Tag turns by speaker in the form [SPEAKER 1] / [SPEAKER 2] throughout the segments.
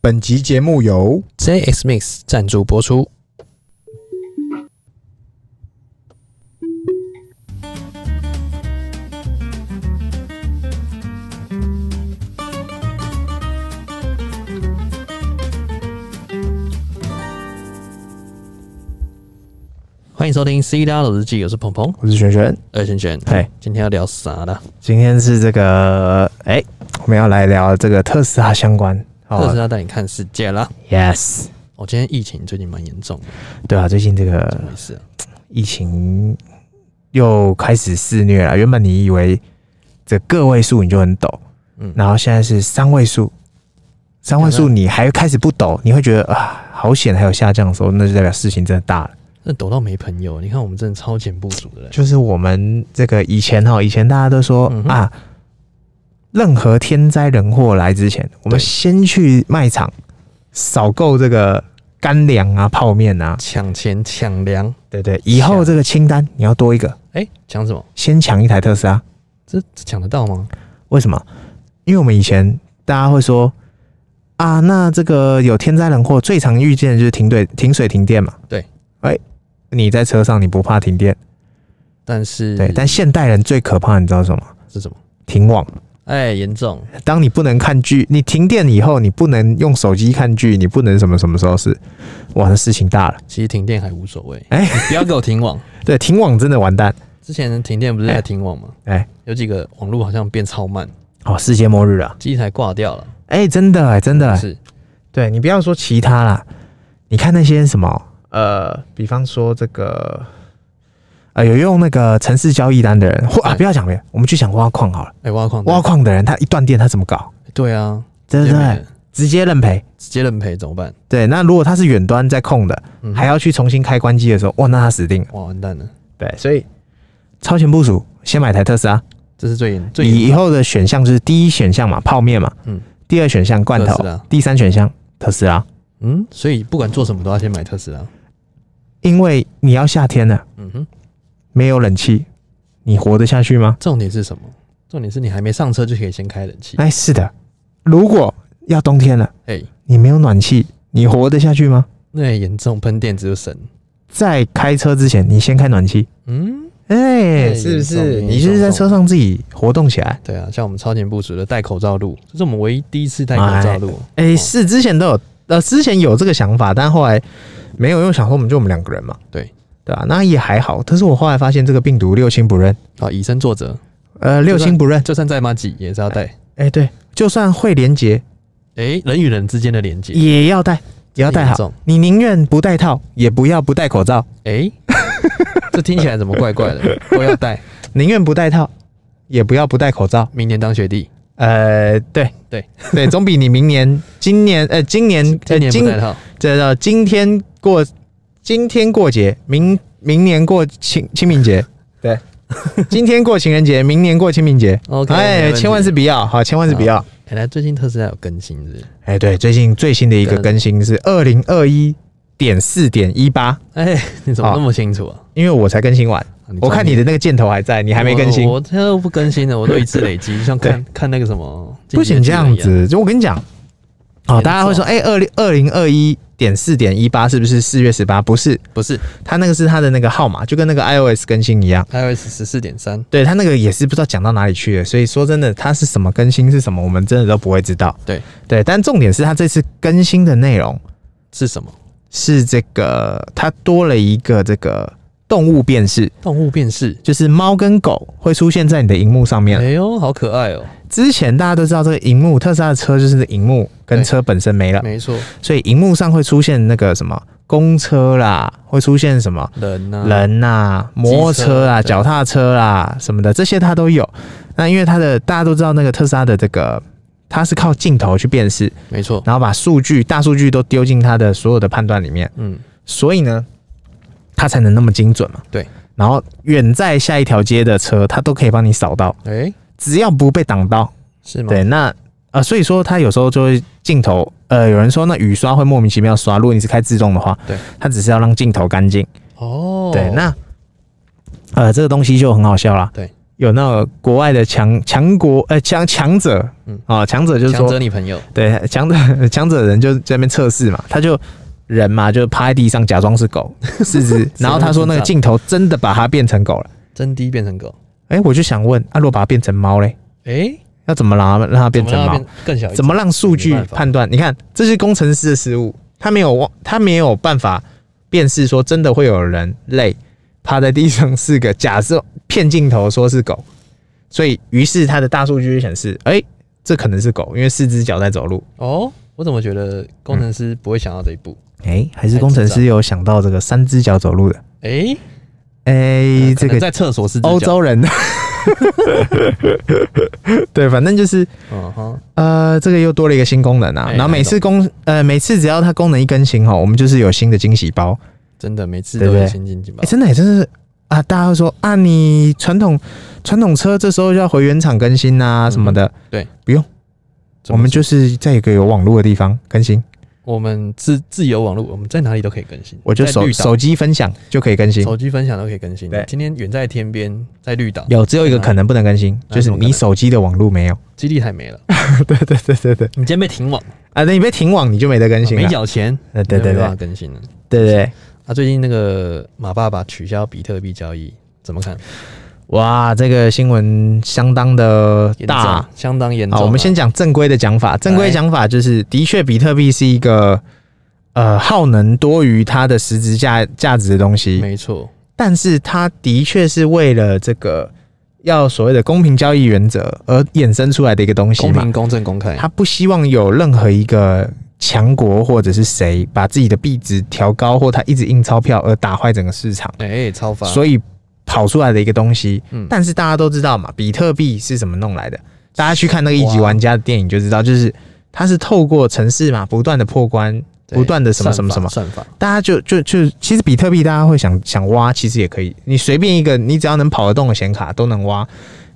[SPEAKER 1] 本集节目由
[SPEAKER 2] JX Mix 赞助播出。欢迎收听《C 大老日记》，我是鹏鹏，
[SPEAKER 1] 我是璇璇。
[SPEAKER 2] 二轩轩。
[SPEAKER 1] 嘿，
[SPEAKER 2] 今天要聊啥呢？
[SPEAKER 1] 今天是这个，哎、我们要来聊这个特斯拉相关。
[SPEAKER 2] 特斯拉带你看世界啦。
[SPEAKER 1] 哦，Yes，
[SPEAKER 2] 我、今天疫情最近蛮严重的，
[SPEAKER 1] 对啊，最近这个
[SPEAKER 2] 怎么回事啊？
[SPEAKER 1] 疫情又开始肆虐了。原本你以为这个位数你就很抖，
[SPEAKER 2] 嗯
[SPEAKER 1] 然后现在是三位数，三位数你还开始不抖，你会觉得啊，好险还有下降的时候，那就代表事情真的大了。
[SPEAKER 2] 那抖到没朋友，你看我们真的超前部署的嘞。
[SPEAKER 1] 就是我们这个以前哈，以前大家都说、
[SPEAKER 2] 嗯哼
[SPEAKER 1] 啊，任何天灾人祸来之前，我们
[SPEAKER 2] 对
[SPEAKER 1] 先去卖场扫购这个干粮啊、泡面啊，
[SPEAKER 2] 抢钱抢粮，
[SPEAKER 1] 对对，以后
[SPEAKER 2] 抢
[SPEAKER 1] 这个清单你要多一个，
[SPEAKER 2] 哎、抢什么？
[SPEAKER 1] 先抢一台特斯拉。
[SPEAKER 2] 这这抢得到吗？
[SPEAKER 1] 为什么？因为我们以前大家会说啊，那这个有天灾人祸，最常遇见的就是停对停水停电嘛。
[SPEAKER 2] 对，
[SPEAKER 1] 哎、你在车上你不怕停电？
[SPEAKER 2] 但是
[SPEAKER 1] 对，但现代人最可怕，你知道什么？
[SPEAKER 2] 是什么？
[SPEAKER 1] 停网。
[SPEAKER 2] 哎，严重
[SPEAKER 1] 当你不能看剧，你停电以后，你不能用手机看剧，你不能什么什么时候是，哇，那事情大了。
[SPEAKER 2] 其实停电还无所谓，
[SPEAKER 1] 哎
[SPEAKER 2] 你不要给我停网。
[SPEAKER 1] 对，停网真的完蛋。
[SPEAKER 2] 之前停电不是在停网吗？
[SPEAKER 1] 哎
[SPEAKER 2] 有几个网络好像变超慢，
[SPEAKER 1] 哦，世界末日了。
[SPEAKER 2] 机台挂掉了，
[SPEAKER 1] 哎、真的哎、真的、哎
[SPEAKER 2] 是
[SPEAKER 1] 对你不要说其他啦，你看那些什么，呃，比方说这个，呃，有用那个城市交易单的人，或啊，
[SPEAKER 2] 对
[SPEAKER 1] 不要讲别人，我们去讲挖矿好了。
[SPEAKER 2] 哎挖矿
[SPEAKER 1] 挖矿的人他一断电，他怎么搞？
[SPEAKER 2] 对啊，
[SPEAKER 1] 对不
[SPEAKER 2] 直接没
[SPEAKER 1] 对？
[SPEAKER 2] 了
[SPEAKER 1] 直接认赔。
[SPEAKER 2] 直接认赔怎么办？
[SPEAKER 1] 对，那如果他是远端在控的，
[SPEAKER 2] 嗯
[SPEAKER 1] 还要去重新开关机的时候，哇，那他死定了。
[SPEAKER 2] 哇完蛋了，
[SPEAKER 1] 对，所以超前部署，先买台特斯拉。
[SPEAKER 2] 这是最严最
[SPEAKER 1] 以
[SPEAKER 2] 严
[SPEAKER 1] 以后的选项就是第一选项嘛，泡面嘛，
[SPEAKER 2] 嗯
[SPEAKER 1] 第二选项罐头
[SPEAKER 2] 特斯拉，
[SPEAKER 1] 第三选项特斯拉。
[SPEAKER 2] 嗯，所以不管做什么都要先买特斯拉。
[SPEAKER 1] 因为你要夏天了，
[SPEAKER 2] 嗯哼，
[SPEAKER 1] 没有冷气，你活得下去吗？
[SPEAKER 2] 重点是什么？重点是你还没上车就可以先开冷气。
[SPEAKER 1] 哎，是的，如果要冬天了，
[SPEAKER 2] 哎，
[SPEAKER 1] 你没有暖气，你活得下去吗？
[SPEAKER 2] 那严重喷电只有神。
[SPEAKER 1] 在开车之前，你先开暖气。
[SPEAKER 2] 嗯，
[SPEAKER 1] 哎、
[SPEAKER 2] 哎
[SPEAKER 1] 是不
[SPEAKER 2] 严重
[SPEAKER 1] 是？
[SPEAKER 2] 严
[SPEAKER 1] 你就是在
[SPEAKER 2] 重
[SPEAKER 1] 车上自己活动起来。
[SPEAKER 2] 对啊，像我们超前部署的戴口罩路，这是我们唯一第一次戴口罩路。
[SPEAKER 1] 哎、
[SPEAKER 2] 哦
[SPEAKER 1] 是之前都有，呃，之前有这个想法，但后来没有，因为想说我们就我们两个人嘛，
[SPEAKER 2] 对
[SPEAKER 1] 对啊，那也还好。但是我后来发现这个病毒六亲不认，
[SPEAKER 2] 啊，以身作则，
[SPEAKER 1] 呃，六亲不认。
[SPEAKER 2] 就算再妈挤也是要戴。
[SPEAKER 1] 哎、对，就算会连结，
[SPEAKER 2] 哎、人与人之间的连接
[SPEAKER 1] 也要戴，也要戴
[SPEAKER 2] 很严
[SPEAKER 1] 好
[SPEAKER 2] 重。
[SPEAKER 1] 你宁愿不戴套，也不要不戴口罩；
[SPEAKER 2] 哎， 这听起来怎么怪怪 的？都要戴，
[SPEAKER 1] 宁愿不戴套，也不要不戴口罩。
[SPEAKER 2] 明年当学弟，
[SPEAKER 1] 呃，对
[SPEAKER 2] 对
[SPEAKER 1] 对，总比你明 年、今年、呃，今年、
[SPEAKER 2] 今
[SPEAKER 1] 呃、
[SPEAKER 2] 年不戴
[SPEAKER 1] 今
[SPEAKER 2] 套，
[SPEAKER 1] 这叫今天过，今天过节，明明年过清清明 节，对， 今天过情人节，明年过清明节。
[SPEAKER 2] OK，没
[SPEAKER 1] 哎，
[SPEAKER 2] 问题
[SPEAKER 1] 千万是不要，好，千万是不要。
[SPEAKER 2] 哎、来最近特斯拉有更新是不是？
[SPEAKER 1] 哎，对，最近最新的一个
[SPEAKER 2] 对
[SPEAKER 1] 更新是二零二一点四点一八，
[SPEAKER 2] 哎、你怎么
[SPEAKER 1] 好
[SPEAKER 2] 那么清楚啊？
[SPEAKER 1] 因为我才更新完，
[SPEAKER 2] 啊你
[SPEAKER 1] 我看你的那个箭头还在，你还没更新
[SPEAKER 2] 我，我现在都不更新了，我都一次累 积，像看看那个什么，
[SPEAKER 1] 不行这样，子。就我跟你讲，哦，
[SPEAKER 2] 严重
[SPEAKER 1] 大家会说，哎，二零二零二一点四点一八是不是四月十八？不是，
[SPEAKER 2] 不是
[SPEAKER 1] 它那个是它的那个号码，就跟那个 iOS 更新一样。
[SPEAKER 2] iOS 十四点三，
[SPEAKER 1] 对他那个也是不知道讲到哪里去了，所以说真的，它是什么更新是什么，我们真的都不会知道。
[SPEAKER 2] 对
[SPEAKER 1] 对，但重点是它这次更新的内容
[SPEAKER 2] 是什么？
[SPEAKER 1] 是这个，它多了一个这个动物辨识，
[SPEAKER 2] 动物辨识。
[SPEAKER 1] 就是猫跟狗会出现在你的荧幕上面。
[SPEAKER 2] 哎呦，好可爱哦！
[SPEAKER 1] 之前大家都知道这个荧幕，特斯拉的车就是荧幕跟
[SPEAKER 2] 对
[SPEAKER 1] 车本身没了，
[SPEAKER 2] 没错，
[SPEAKER 1] 所以荧幕上会出现那个什么公车啦，会出现什么
[SPEAKER 2] 人啊呐、
[SPEAKER 1] 人呐、摩托车啊、
[SPEAKER 2] 机车对
[SPEAKER 1] 脚踏车啊什么的，这些它都有。那因为它的大家都知道，那个特斯拉的这个它是靠镜头去辨识，
[SPEAKER 2] 没错，
[SPEAKER 1] 然后把数据、大数据都丢进它的所有的判断里面，
[SPEAKER 2] 嗯，
[SPEAKER 1] 所以呢，它才能那么精准嘛。
[SPEAKER 2] 对。
[SPEAKER 1] 然后远在下一条街的车，它都可以帮你扫到，
[SPEAKER 2] 哎、
[SPEAKER 1] 只要不被挡到。
[SPEAKER 2] 是吗？
[SPEAKER 1] 对，那呃，所以说它有时候就会镜头，呃，有人说那雨刷会莫名其妙刷，如果你是开自动的话，
[SPEAKER 2] 对，
[SPEAKER 1] 它只是要让镜头干净。
[SPEAKER 2] 哦，
[SPEAKER 1] 对，那呃，这个东西就很好笑啦。
[SPEAKER 2] 对，
[SPEAKER 1] 有那个国外的强强国呃强强者，
[SPEAKER 2] 嗯
[SPEAKER 1] 啊强者就是
[SPEAKER 2] 强
[SPEAKER 1] 说
[SPEAKER 2] 者你朋友，
[SPEAKER 1] 对，强者 强者的人就在那边测试嘛，他就人嘛，就趴在地上假装是 狗、狮子，然后他说那个镜头真的把它变成狗了。
[SPEAKER 2] 真滴变成狗，
[SPEAKER 1] 哎、我就想问，啊，如果把它变成猫嘞，
[SPEAKER 2] 哎，
[SPEAKER 1] 要怎么让它让它变
[SPEAKER 2] 怎么
[SPEAKER 1] 成
[SPEAKER 2] 让它
[SPEAKER 1] 猫
[SPEAKER 2] 变？更小一只？
[SPEAKER 1] 怎么让数据
[SPEAKER 2] 没办法
[SPEAKER 1] 判断？你看，这是工程师的失误，他没有忘，他没有办法辨识说真的会有人类趴在地上是个假设骗镜头说是狗，所以于是他的大数据就显示，哎、这可能是狗，因为四只脚在走路。
[SPEAKER 2] 哦，我怎么觉得工程师不会想到这一步？
[SPEAKER 1] 哎、还是工程师有想到这个三只脚走路的？
[SPEAKER 2] 哎，
[SPEAKER 1] 哎、
[SPEAKER 2] 嗯可
[SPEAKER 1] 嗯这
[SPEAKER 2] 能
[SPEAKER 1] 个
[SPEAKER 2] 在厕所是
[SPEAKER 1] 欧，洲人， 对，反正就是
[SPEAKER 2] 嗯哼，
[SPEAKER 1] 呃，这个又多了一个新功能啊。
[SPEAKER 2] 哎
[SPEAKER 1] 然后每次功呃每次只要它功能一更新哈，我们就是有新的惊喜包。
[SPEAKER 2] 真的每次
[SPEAKER 1] 对
[SPEAKER 2] 都
[SPEAKER 1] 不对
[SPEAKER 2] 有新进进吧
[SPEAKER 1] 哎、？真的、欸、真的是啊，大家会说啊，你传统传统车这时候就要回原厂更新啊什么的。
[SPEAKER 2] 对，
[SPEAKER 1] 不用，
[SPEAKER 2] 嗯怎
[SPEAKER 1] 我
[SPEAKER 2] 么
[SPEAKER 1] 们
[SPEAKER 2] 说
[SPEAKER 1] 就是在一个有网络的地方更新，
[SPEAKER 2] 我们自自由网络，我们在哪里都可以更新，
[SPEAKER 1] 我就
[SPEAKER 2] 在
[SPEAKER 1] 手
[SPEAKER 2] 绿岛
[SPEAKER 1] 手机分享就可以更新。
[SPEAKER 2] 手机分享都可以更新
[SPEAKER 1] 对。
[SPEAKER 2] 今天远在天边，在绿岛，
[SPEAKER 1] 有只有一个可能不能更新，
[SPEAKER 2] 哪
[SPEAKER 1] 就
[SPEAKER 2] 里
[SPEAKER 1] 是
[SPEAKER 2] 哪里
[SPEAKER 1] 你手机的网络没 有。
[SPEAKER 2] 基地台 没了，
[SPEAKER 1] 对对对对对。
[SPEAKER 2] 你今天被停网，
[SPEAKER 1] 啊，那你被停网你就没得更新了。
[SPEAKER 2] 没缴钱，
[SPEAKER 1] 呃对对
[SPEAKER 2] 你就没办
[SPEAKER 1] 对
[SPEAKER 2] 法更新了。
[SPEAKER 1] 对对对，
[SPEAKER 2] 啊，最近那个马爸爸取消比特币交易，怎么看？
[SPEAKER 1] 哇，这个新闻相当的
[SPEAKER 2] 严
[SPEAKER 1] 大啊。
[SPEAKER 2] 重，相当严重啊。
[SPEAKER 1] 好，我们先讲正规的讲法。正规讲法就是，的确，比特币是一个呃耗能多于它的实质价价值的东西，
[SPEAKER 2] 没错，
[SPEAKER 1] 但是它的确是为了这个要所谓的公平交易原则而衍生出来的一个东西
[SPEAKER 2] 公
[SPEAKER 1] 嘛。
[SPEAKER 2] 平、公正、公开。
[SPEAKER 1] 他不希望有任何一个强国或者是谁把自己的币值调高，或他一直印钞票而打坏整个市场，
[SPEAKER 2] 哎，超发，
[SPEAKER 1] 所以跑出来的一个东西。
[SPEAKER 2] 嗯
[SPEAKER 1] 但是大家都知道嘛，比特币是怎么弄来的？大家去看那个一级玩家的电影就知道，就是它是透过城市嘛，不断的破关，
[SPEAKER 2] 对
[SPEAKER 1] 不断的什么什么什么
[SPEAKER 2] 算法算法，
[SPEAKER 1] 大家就就就其实比特币大家会想想挖，其实也可以，你随便一个你只要能跑得动的显卡都能挖，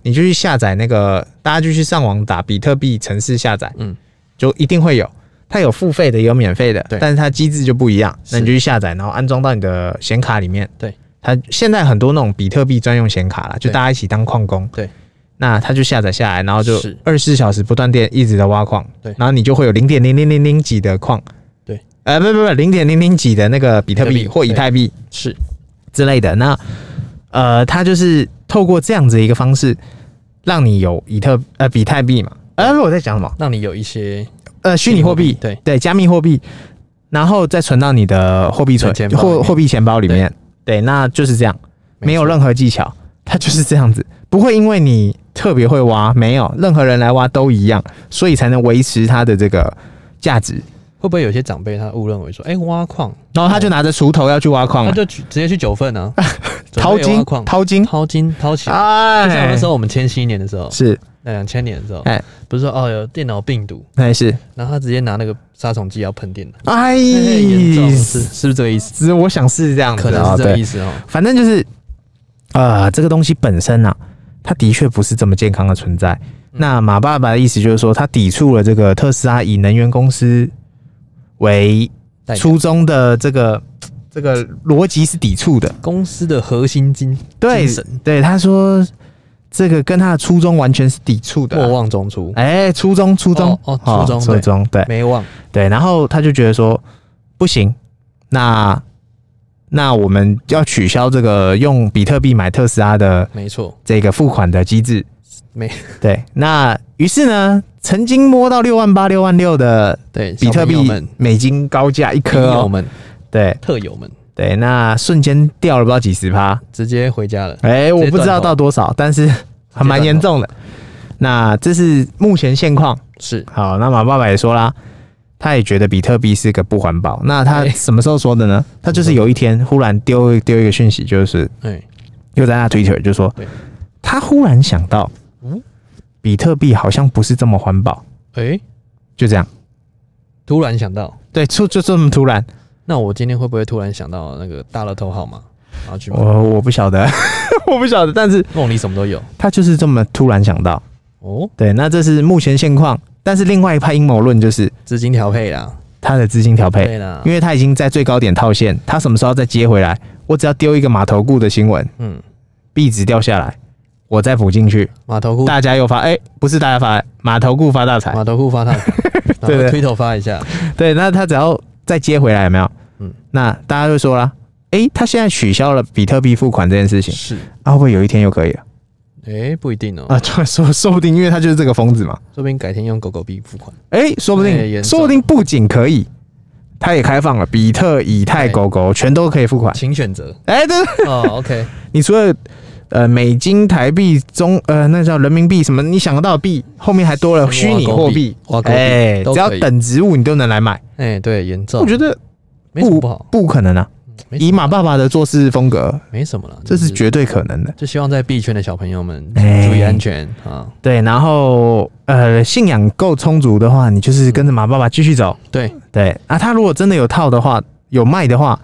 [SPEAKER 1] 你就去下载那个，大家就去上网打比特币城市下载，
[SPEAKER 2] 嗯，
[SPEAKER 1] 就一定会有。它有付费的，也有免费的
[SPEAKER 2] 对，
[SPEAKER 1] 但是它机制就不一样。
[SPEAKER 2] 是
[SPEAKER 1] 那你就去下载，然后安装到你的显卡里面。
[SPEAKER 2] 对，
[SPEAKER 1] 它现在很多那种比特币专用显卡啦，就
[SPEAKER 2] 对
[SPEAKER 1] 大家一起当矿工。
[SPEAKER 2] 对，
[SPEAKER 1] 那它就下载下来，然后就是二十四小时不断电，一直的挖矿。
[SPEAKER 2] 对
[SPEAKER 1] 然后你就会有零点零零零零几的矿。
[SPEAKER 2] 对，
[SPEAKER 1] 呃，不不不，零点零零几的那个比特
[SPEAKER 2] 比特
[SPEAKER 1] 币
[SPEAKER 2] 币
[SPEAKER 1] 或以太币
[SPEAKER 2] 是
[SPEAKER 1] 之类的。那呃，它就是透过这样子一个方式，让你有以特呃比特币嘛。呃，我在讲什么？
[SPEAKER 2] 让你有一些
[SPEAKER 1] 呃，虚拟货币，
[SPEAKER 2] 对
[SPEAKER 1] 对，加密货币，然后再存到你的货币存
[SPEAKER 2] 钱包里面
[SPEAKER 1] 货货币钱包里面。对，那就是这样，没有
[SPEAKER 2] 错
[SPEAKER 1] 任何技巧，它就是这样子，不会因为你特别会挖，没有任何人来挖都一样，所以才能维持它的这个价值。
[SPEAKER 2] 会不会有些长辈他误认为说，哎，挖矿，
[SPEAKER 1] 然后他就拿着锄头要去挖矿
[SPEAKER 2] 他
[SPEAKER 1] 了，
[SPEAKER 2] 就去直接去九 份啊，准备
[SPEAKER 1] 淘金
[SPEAKER 2] 挖，矿，
[SPEAKER 1] 淘金，
[SPEAKER 2] 掏金掏钱。就像
[SPEAKER 1] 哎
[SPEAKER 2] 那时，候我们千禧年的时候，
[SPEAKER 1] 是，
[SPEAKER 2] 那两千年的时候
[SPEAKER 1] 哎，
[SPEAKER 2] 不是说哦有电脑病毒，
[SPEAKER 1] 那也哎是，
[SPEAKER 2] 然后他直接拿那个杀虫剂要喷电脑，
[SPEAKER 1] 哎，
[SPEAKER 2] 嘿严重是
[SPEAKER 1] 是，
[SPEAKER 2] 是不是这个意思？
[SPEAKER 1] 我想是这样子，
[SPEAKER 2] 可能是这
[SPEAKER 1] 对
[SPEAKER 2] 个意思哦。
[SPEAKER 1] 反正就是，呃，这个东西本身啊，它的确不是这么健康的存在。
[SPEAKER 2] 嗯
[SPEAKER 1] 那马爸爸的意思就是说，他抵触了这个特斯拉以能源公司为
[SPEAKER 2] 代表
[SPEAKER 1] 初衷的这个这个逻辑是抵触的。
[SPEAKER 2] 公司的核心精
[SPEAKER 1] 对
[SPEAKER 2] 精神
[SPEAKER 1] 对，他说这个跟他的初衷完全是抵触的
[SPEAKER 2] 莫
[SPEAKER 1] 啊、
[SPEAKER 2] 忘中出，
[SPEAKER 1] 哎、初衷初衷
[SPEAKER 2] 哦哦初衷
[SPEAKER 1] 初
[SPEAKER 2] 对
[SPEAKER 1] 衷对
[SPEAKER 2] 没忘，
[SPEAKER 1] 对，然后他就觉得说不行，那那我们要取消这个用比特币买特斯拉的
[SPEAKER 2] 没错，
[SPEAKER 1] 这个付款的机制。
[SPEAKER 2] 没
[SPEAKER 1] 对，那于是呢，曾经摸到六万八、六万六的
[SPEAKER 2] 对，
[SPEAKER 1] 比特币
[SPEAKER 2] 小朋友们、
[SPEAKER 1] 美金高价一颗
[SPEAKER 2] 朋友
[SPEAKER 1] 哦，
[SPEAKER 2] 们、
[SPEAKER 1] 对
[SPEAKER 2] 特友们，
[SPEAKER 1] 对，那瞬间掉了不知道几十趴，
[SPEAKER 2] 直接回家了。
[SPEAKER 1] 哎、我
[SPEAKER 2] 直接
[SPEAKER 1] 不知道
[SPEAKER 2] 断头
[SPEAKER 1] 到多少，但是还
[SPEAKER 2] 哦
[SPEAKER 1] 蛮严重的。那这是目前现况。
[SPEAKER 2] 是
[SPEAKER 1] 好，那马爸爸也说啦，他也觉得比特币是个不环保。那他
[SPEAKER 2] 哎
[SPEAKER 1] 什么时候说的呢？他就是有一天忽然丢丢一个讯息，就是
[SPEAKER 2] 哎，
[SPEAKER 1] 又在他推特就说
[SPEAKER 2] 对，
[SPEAKER 1] 他忽然想到
[SPEAKER 2] 嗯，
[SPEAKER 1] 比特币好像不是这么环保，
[SPEAKER 2] 哎，
[SPEAKER 1] 就这样，
[SPEAKER 2] 突然想到，
[SPEAKER 1] 对，就就这么突然，
[SPEAKER 2] 那我今天会不会突然想到那个大乐透号码，然后去买
[SPEAKER 1] 我我不晓得， 我不晓得，但是
[SPEAKER 2] 梦里什么都有
[SPEAKER 1] 他就是这么突然想到，
[SPEAKER 2] 哦，
[SPEAKER 1] 对，那这是目前现况，但是另外一派阴谋论就是
[SPEAKER 2] 资金调配啦，
[SPEAKER 1] 他的资金调配，
[SPEAKER 2] 对啦
[SPEAKER 1] 因，为他已经在最高点套现，他什么时候再接回来？我只要丢一个码头固的新闻，
[SPEAKER 2] 嗯，
[SPEAKER 1] 币值掉下来，我再补进去，
[SPEAKER 2] 码头裤，
[SPEAKER 1] 大家又发哎、不是大家发码头裤发大财，
[SPEAKER 2] 码头裤发大财，
[SPEAKER 1] 对
[SPEAKER 2] 然
[SPEAKER 1] 对
[SPEAKER 2] 后推头发一下，
[SPEAKER 1] 对，那他只要再接回来有没有？嗯
[SPEAKER 2] 嗯，
[SPEAKER 1] 那大家就说啦，诶，他现在取消了比特币付款这件事情，
[SPEAKER 2] 是，
[SPEAKER 1] 啊，会不会有一天又可以了？
[SPEAKER 2] 哎，不一定哦，
[SPEAKER 1] 啊，就说说不定，因为他就是这个疯子嘛。
[SPEAKER 2] 说不定改天用狗狗币付款，
[SPEAKER 1] 诶，说不定，
[SPEAKER 2] 哎严重
[SPEAKER 1] 说不定不仅可以，他也开放了比特、以太、
[SPEAKER 2] 对
[SPEAKER 1] 狗狗全都可以付款。
[SPEAKER 2] 请选择
[SPEAKER 1] 诶，对，对
[SPEAKER 2] 哦，OK，
[SPEAKER 1] 你除了呃美金、台币、中呃那叫人民币什么，你想得到的币后面还多了
[SPEAKER 2] 什
[SPEAKER 1] 呃虚
[SPEAKER 2] 么
[SPEAKER 1] 拟货币
[SPEAKER 2] 挖，沟币
[SPEAKER 1] 诶，
[SPEAKER 2] 都
[SPEAKER 1] 只要
[SPEAKER 2] 可以
[SPEAKER 1] 等值物你都能来买，
[SPEAKER 2] 哎，对，严重
[SPEAKER 1] 我，觉得
[SPEAKER 2] 没什
[SPEAKER 1] 不
[SPEAKER 2] 么不好，
[SPEAKER 1] 不可能啊。
[SPEAKER 2] 没什
[SPEAKER 1] 以
[SPEAKER 2] 么
[SPEAKER 1] 马爸爸的做事风格，
[SPEAKER 2] 没什么了，
[SPEAKER 1] 这
[SPEAKER 2] 就是
[SPEAKER 1] 绝对可能的。
[SPEAKER 2] 就希望在币圈的小朋友们
[SPEAKER 1] 哎
[SPEAKER 2] 注意安全啊，
[SPEAKER 1] 对，然后呃，信仰够充足的话，你就是跟着马爸爸继续走。
[SPEAKER 2] 对，
[SPEAKER 1] 对啊，他如果真的有套的话，有卖的话，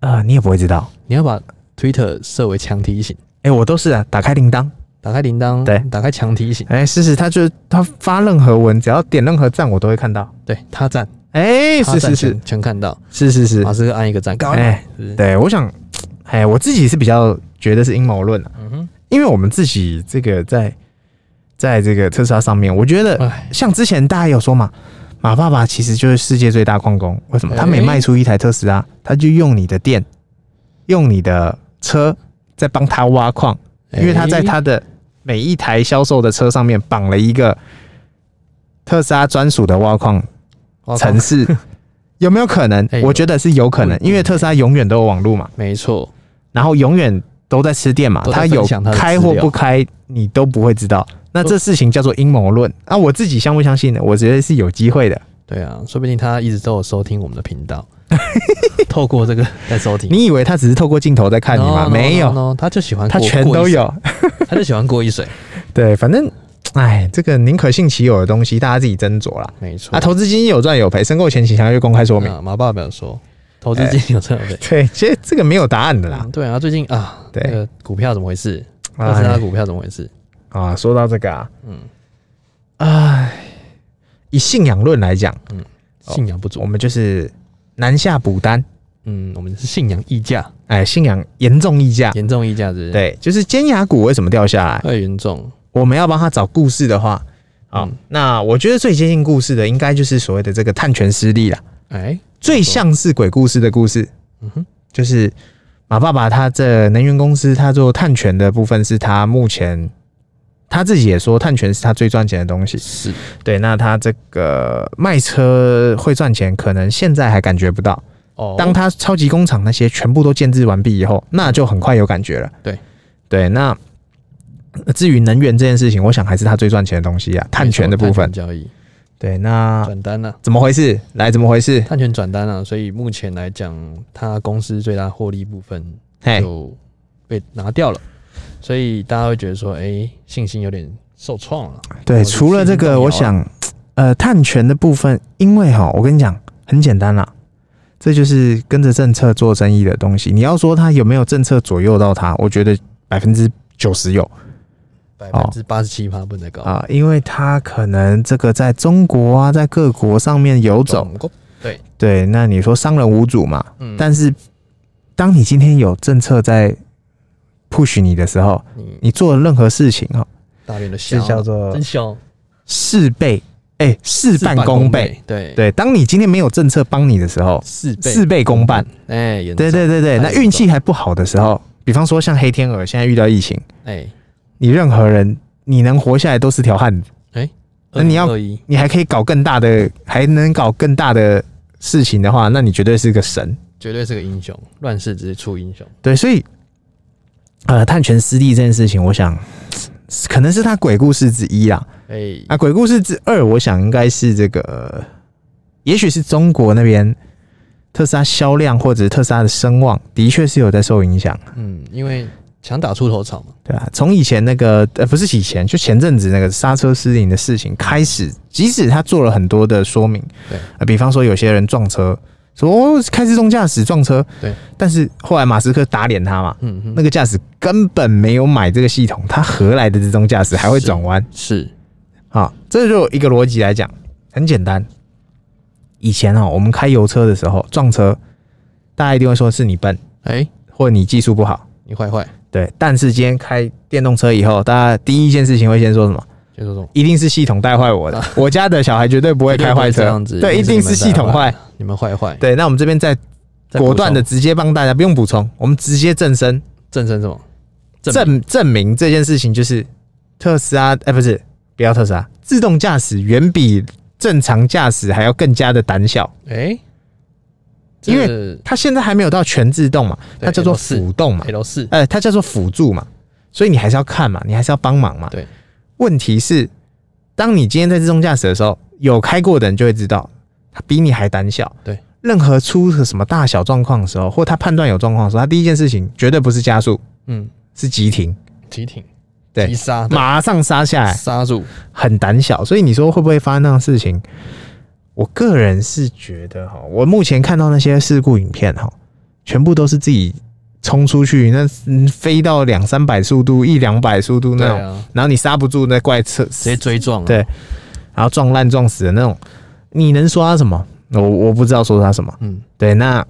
[SPEAKER 1] 呃，你也不会知道。
[SPEAKER 2] 你要把 Twitter 设为强提醒，
[SPEAKER 1] 哎、我都是啊，打开铃铛，
[SPEAKER 2] 打开铃铛，
[SPEAKER 1] 对
[SPEAKER 2] 打开强提醒，
[SPEAKER 1] 哎、试试，他就是他发任何文，只要点任何赞，我都会看到。
[SPEAKER 2] 对他赞，
[SPEAKER 1] 哎、
[SPEAKER 2] 他
[SPEAKER 1] 是
[SPEAKER 2] 赞
[SPEAKER 1] 是是
[SPEAKER 2] 全全看到，
[SPEAKER 1] 是是是
[SPEAKER 2] 马，斯克按一个赞，赶快
[SPEAKER 1] 哎
[SPEAKER 2] 买，是不是
[SPEAKER 1] 对，我想，哎、我自己是比较觉得是阴谋论啊，
[SPEAKER 2] 嗯哼，
[SPEAKER 1] 因为我们自己这个在在这个特斯拉上面，我觉得
[SPEAKER 2] 哎，
[SPEAKER 1] 像之前大家有说嘛，马爸爸其实就是世界最大矿工，为什么？
[SPEAKER 2] 哎
[SPEAKER 1] 他每卖出一台特斯拉，他就用你的电，用你的车在帮他挖矿，因为他
[SPEAKER 2] 哎
[SPEAKER 1] 在他的每一台销售的车上面绑了一个特斯拉专属的挖矿
[SPEAKER 2] 哎
[SPEAKER 1] 城市。 有没有可能
[SPEAKER 2] 哎？
[SPEAKER 1] 我觉得是有可能，
[SPEAKER 2] 不一定
[SPEAKER 1] 因为特斯拉永远都有网络嘛，
[SPEAKER 2] 没错，
[SPEAKER 1] 然后永远都在吃电嘛，
[SPEAKER 2] 都在
[SPEAKER 1] 他有
[SPEAKER 2] 分享他的
[SPEAKER 1] 开
[SPEAKER 2] 资
[SPEAKER 1] 或
[SPEAKER 2] 料
[SPEAKER 1] 不开，你都不会知道。那这事情叫做阴谋论啊！我自己相不相信呢？我觉得是有机会的。
[SPEAKER 2] 对啊，说不定他一直都有收听我们的频道， 透过这个在收听。
[SPEAKER 1] 你以为他只是透过镜头在看你
[SPEAKER 2] No,
[SPEAKER 1] 吗
[SPEAKER 2] no,
[SPEAKER 1] 没有
[SPEAKER 2] no, no, 他就喜欢
[SPEAKER 1] 他
[SPEAKER 2] 过
[SPEAKER 1] 全都，
[SPEAKER 2] 过
[SPEAKER 1] 有。
[SPEAKER 2] 一水他就喜欢过一水，
[SPEAKER 1] 对，反正，哎，这个宁可信其有的东西，大家自己斟酌啦。
[SPEAKER 2] 没错。
[SPEAKER 1] 啊，投资基金有赚有赔，申购前请详阅公开说明。
[SPEAKER 2] 啊马爸爸说，
[SPEAKER 1] 哎
[SPEAKER 2] 投资金 有赚有赔。
[SPEAKER 1] 对，其实这个没有答案的啦
[SPEAKER 2] 嗯。对啊，最近啊，
[SPEAKER 1] 对
[SPEAKER 2] 那个股票怎么回事？特斯拉
[SPEAKER 1] 哎
[SPEAKER 2] 股票怎么回事？
[SPEAKER 1] 啊，说到这个啊，嗯
[SPEAKER 2] 嗯，
[SPEAKER 1] 哎，以信仰论来讲，哦
[SPEAKER 2] 信仰不
[SPEAKER 1] 我
[SPEAKER 2] 足，
[SPEAKER 1] 们就是南下补单，
[SPEAKER 2] 嗯，我们是信仰溢价，
[SPEAKER 1] 哎，信仰严重溢价。
[SPEAKER 2] 严重溢价，是不是？，
[SPEAKER 1] 对，就是尖牙股为什么掉下来？
[SPEAKER 2] 太严重。
[SPEAKER 1] 我们要帮他找故事的话，啊、
[SPEAKER 2] 嗯
[SPEAKER 1] 那我觉得最接近故事的应该就是所谓的这个探权失利啦，
[SPEAKER 2] 哎，
[SPEAKER 1] 最像是鬼故事的故事，
[SPEAKER 2] 嗯哼，
[SPEAKER 1] 就是马爸爸他这能源公司，他做探权的部分是他目前他自己也说探权是他最赚钱的东西。
[SPEAKER 2] 是，
[SPEAKER 1] 对，那他这个卖车会赚钱，可能现在还感觉不到。
[SPEAKER 2] 哦，
[SPEAKER 1] 当他超级工厂那些全部都建制完毕以后，那就很快有感觉了。
[SPEAKER 2] 对，
[SPEAKER 1] 对，那呃至于能源这件事情，我想还是他最赚钱的东西啊，碳权的部分
[SPEAKER 2] 碳。权交易
[SPEAKER 1] 对，那
[SPEAKER 2] 转单呢？
[SPEAKER 1] 怎么回事？来，怎么回事？
[SPEAKER 2] 碳权转单啊，所以目前来讲，它公司最大获利部分
[SPEAKER 1] 嘿，
[SPEAKER 2] 就被拿掉了，所以大家会觉得说，哎、信心有点受创啊了。
[SPEAKER 1] 对，
[SPEAKER 2] 我
[SPEAKER 1] 除了这
[SPEAKER 2] 信心动摇
[SPEAKER 1] 个，
[SPEAKER 2] 了
[SPEAKER 1] 我想，呃，碳权的部分，因为哈，我跟你讲，很简单啦。这就是跟着政策做生意的东西。你要说它有没有政策左右到它，我觉得百分之九十有。
[SPEAKER 2] 百分之八十七趴不能搞，
[SPEAKER 1] 啊、因为它可能这个在中国啊，在各国上面游走。
[SPEAKER 2] 懂对，
[SPEAKER 1] 对，那你说商人无主嘛？
[SPEAKER 2] 嗯，
[SPEAKER 1] 但是当你今天有政策在 push 你的时候，
[SPEAKER 2] 你
[SPEAKER 1] 你做的任何事情哈、哦，
[SPEAKER 2] 大便的小
[SPEAKER 1] 是叫做
[SPEAKER 2] 真小
[SPEAKER 1] 事倍哎事
[SPEAKER 2] 事
[SPEAKER 1] 半功
[SPEAKER 2] 功
[SPEAKER 1] 倍。，
[SPEAKER 2] 对，
[SPEAKER 1] 对，当你今天没有政策帮你的时候，
[SPEAKER 2] 事倍
[SPEAKER 1] 事倍功半。，
[SPEAKER 2] 哎，严重
[SPEAKER 1] 对，对对对，
[SPEAKER 2] 太
[SPEAKER 1] 那
[SPEAKER 2] 严重
[SPEAKER 1] 运气还不好的时候，比方说像黑天鹅现在遇到疫情，
[SPEAKER 2] 哎，
[SPEAKER 1] 你任何人你能活下来都是条汉子。那你要
[SPEAKER 2] 二一，
[SPEAKER 1] 你还可以搞更大的，还能搞更大的事情的话，那你绝对是个神。
[SPEAKER 2] 绝对是个英雄，乱世之出英雄，
[SPEAKER 1] 对，所以，呃，探权失利这件事情，我想可能是他鬼故事之一啦。
[SPEAKER 2] 哎，
[SPEAKER 1] 啊，鬼故事之二，我想应该是这个，呃也许是中国那边特斯拉销量或者是特斯拉的声望，的确是有在受影响，啊
[SPEAKER 2] 嗯，因为强打出头草嘛，
[SPEAKER 1] 对吧、啊从以前那个呃，不是以前，就前阵子那个刹车失灵的事情开始，即使他做了很多的说明，
[SPEAKER 2] 对
[SPEAKER 1] 呃，比方说有些人撞车，说哦开自动驾驶撞车，
[SPEAKER 2] 对，
[SPEAKER 1] 但是后来马斯克打脸他嘛，
[SPEAKER 2] 嗯哼，
[SPEAKER 1] 那个驾驶根本没有买这个系统，他何来的自动驾驶还会转弯
[SPEAKER 2] 是，
[SPEAKER 1] 啊？这就有一个逻辑来讲，很简单。以前啊、我们开油车的时候撞车，大家一定会说是你笨
[SPEAKER 2] 哎，
[SPEAKER 1] 或者你技术不好，
[SPEAKER 2] 你坏坏，
[SPEAKER 1] 对，但是今天开电动车以后，大家第一件事情会先说什么？
[SPEAKER 2] 就说这种
[SPEAKER 1] 一定是系统带坏我的，我家的小孩绝对不会开坏
[SPEAKER 2] 这
[SPEAKER 1] 车
[SPEAKER 2] 样。子，
[SPEAKER 1] 对，一定是系统坏。，
[SPEAKER 2] 你们坏坏，
[SPEAKER 1] 对，那我们这边再
[SPEAKER 2] 再补
[SPEAKER 1] 果断的
[SPEAKER 2] 充
[SPEAKER 1] 直接帮大家，不用补充，我们直接正身
[SPEAKER 2] 正身什么？证
[SPEAKER 1] 证证明这件事情就是特斯拉，哎、不是，不要特斯拉，自动驾驶远比正常驾驶还要更加的胆小。
[SPEAKER 2] 哎，
[SPEAKER 1] 因为
[SPEAKER 2] 为
[SPEAKER 1] 它现在还没有到全自动嘛，
[SPEAKER 2] 对
[SPEAKER 1] 它叫做
[SPEAKER 2] L4
[SPEAKER 1] 辅动嘛，
[SPEAKER 2] L 四，
[SPEAKER 1] 呃，它叫做辅助嘛，所以你还是要看嘛，你还是要帮忙嘛。
[SPEAKER 2] 对，
[SPEAKER 1] 问题是，当你今天在自动驾驶的时候，有开过的人就会知道，他比你还胆小。
[SPEAKER 2] 对，
[SPEAKER 1] 任何出什么大小状况的时候，或他判断有状况的时候，他第一件事情绝对不是加速，
[SPEAKER 2] 嗯，
[SPEAKER 1] 是急停，
[SPEAKER 2] 急停，
[SPEAKER 1] 对
[SPEAKER 2] 急刹，啊对
[SPEAKER 1] 马上刹下来，
[SPEAKER 2] 刹住，
[SPEAKER 1] 很胆小。所以你说会不会发生那样的事情？我个人是觉得哈，我目前看到那些事故影片哈，全部都是自己冲出去，那嗯飞到两三百速度、一两百速度
[SPEAKER 2] 对
[SPEAKER 1] 那种，
[SPEAKER 2] 啊，
[SPEAKER 1] 然后你刹不住，那怪车
[SPEAKER 2] 直接追撞啊，
[SPEAKER 1] 对然后撞烂撞死的那种，你能说他什么？我我不知道说他什么。
[SPEAKER 2] 嗯，
[SPEAKER 1] 对，那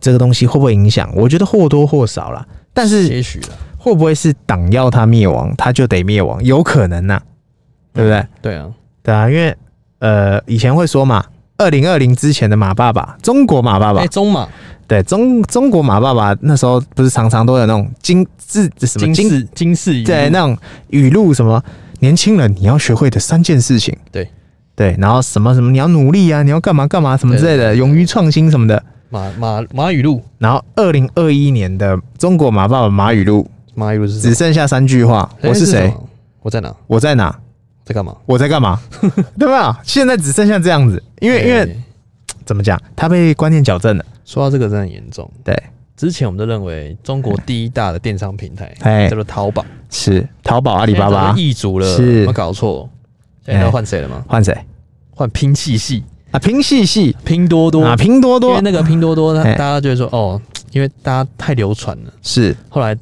[SPEAKER 1] 这个东西会不会影响？我觉得或多或少啦，但是
[SPEAKER 2] 些许了，
[SPEAKER 1] 会不会是党要他灭亡，他就得灭亡？有可能呐、啊对不对？
[SPEAKER 2] 对啊，
[SPEAKER 1] 对啊，因为呃，以前会说嘛，二零二零之前的马爸爸，中国马爸爸，
[SPEAKER 2] 哎，中马
[SPEAKER 1] 对中中国马爸爸那时候不是常常都有那种金字什么
[SPEAKER 2] 金
[SPEAKER 1] 金
[SPEAKER 2] 氏金氏
[SPEAKER 1] 对那种语录什么，年轻人你要学会的三件事情，
[SPEAKER 2] 对
[SPEAKER 1] 对，然后什么什么你要努力啊，你要干嘛干嘛什么之类的，勇于创新什么的。
[SPEAKER 2] 马马马语录，
[SPEAKER 1] 然后二零二一年的中国马爸爸马语录
[SPEAKER 2] 马语录是什
[SPEAKER 1] 只
[SPEAKER 2] 么
[SPEAKER 1] 剩下三句话：
[SPEAKER 2] 哎
[SPEAKER 1] 我是
[SPEAKER 2] 什
[SPEAKER 1] 谁，
[SPEAKER 2] 么？我在哪？
[SPEAKER 1] 我在哪，
[SPEAKER 2] 在干嘛？
[SPEAKER 1] 我在干嘛， 对吧？现在只剩下这样子，因为因为
[SPEAKER 2] 哎
[SPEAKER 1] 怎么讲，他被观念矫正了。
[SPEAKER 2] 说到这个真的很严重。
[SPEAKER 1] 对，
[SPEAKER 2] 之前我们都认为中国第一大的电商平台
[SPEAKER 1] 哎
[SPEAKER 2] 叫，做淘宝，
[SPEAKER 1] 是淘宝、阿里巴
[SPEAKER 2] 现在早
[SPEAKER 1] 巴
[SPEAKER 2] 就易主了，
[SPEAKER 1] 是哎
[SPEAKER 2] 有没有搞错？现在要换谁了吗？
[SPEAKER 1] 换谁
[SPEAKER 2] 换拼夕夕、
[SPEAKER 1] 啊？拼夕夕
[SPEAKER 2] 拼多多
[SPEAKER 1] 啊，，拼多
[SPEAKER 2] 因为
[SPEAKER 1] 多
[SPEAKER 2] 那个拼多多，
[SPEAKER 1] 哎
[SPEAKER 2] 大家就会说哦，因为大家太流传了，
[SPEAKER 1] 是，
[SPEAKER 2] 后来。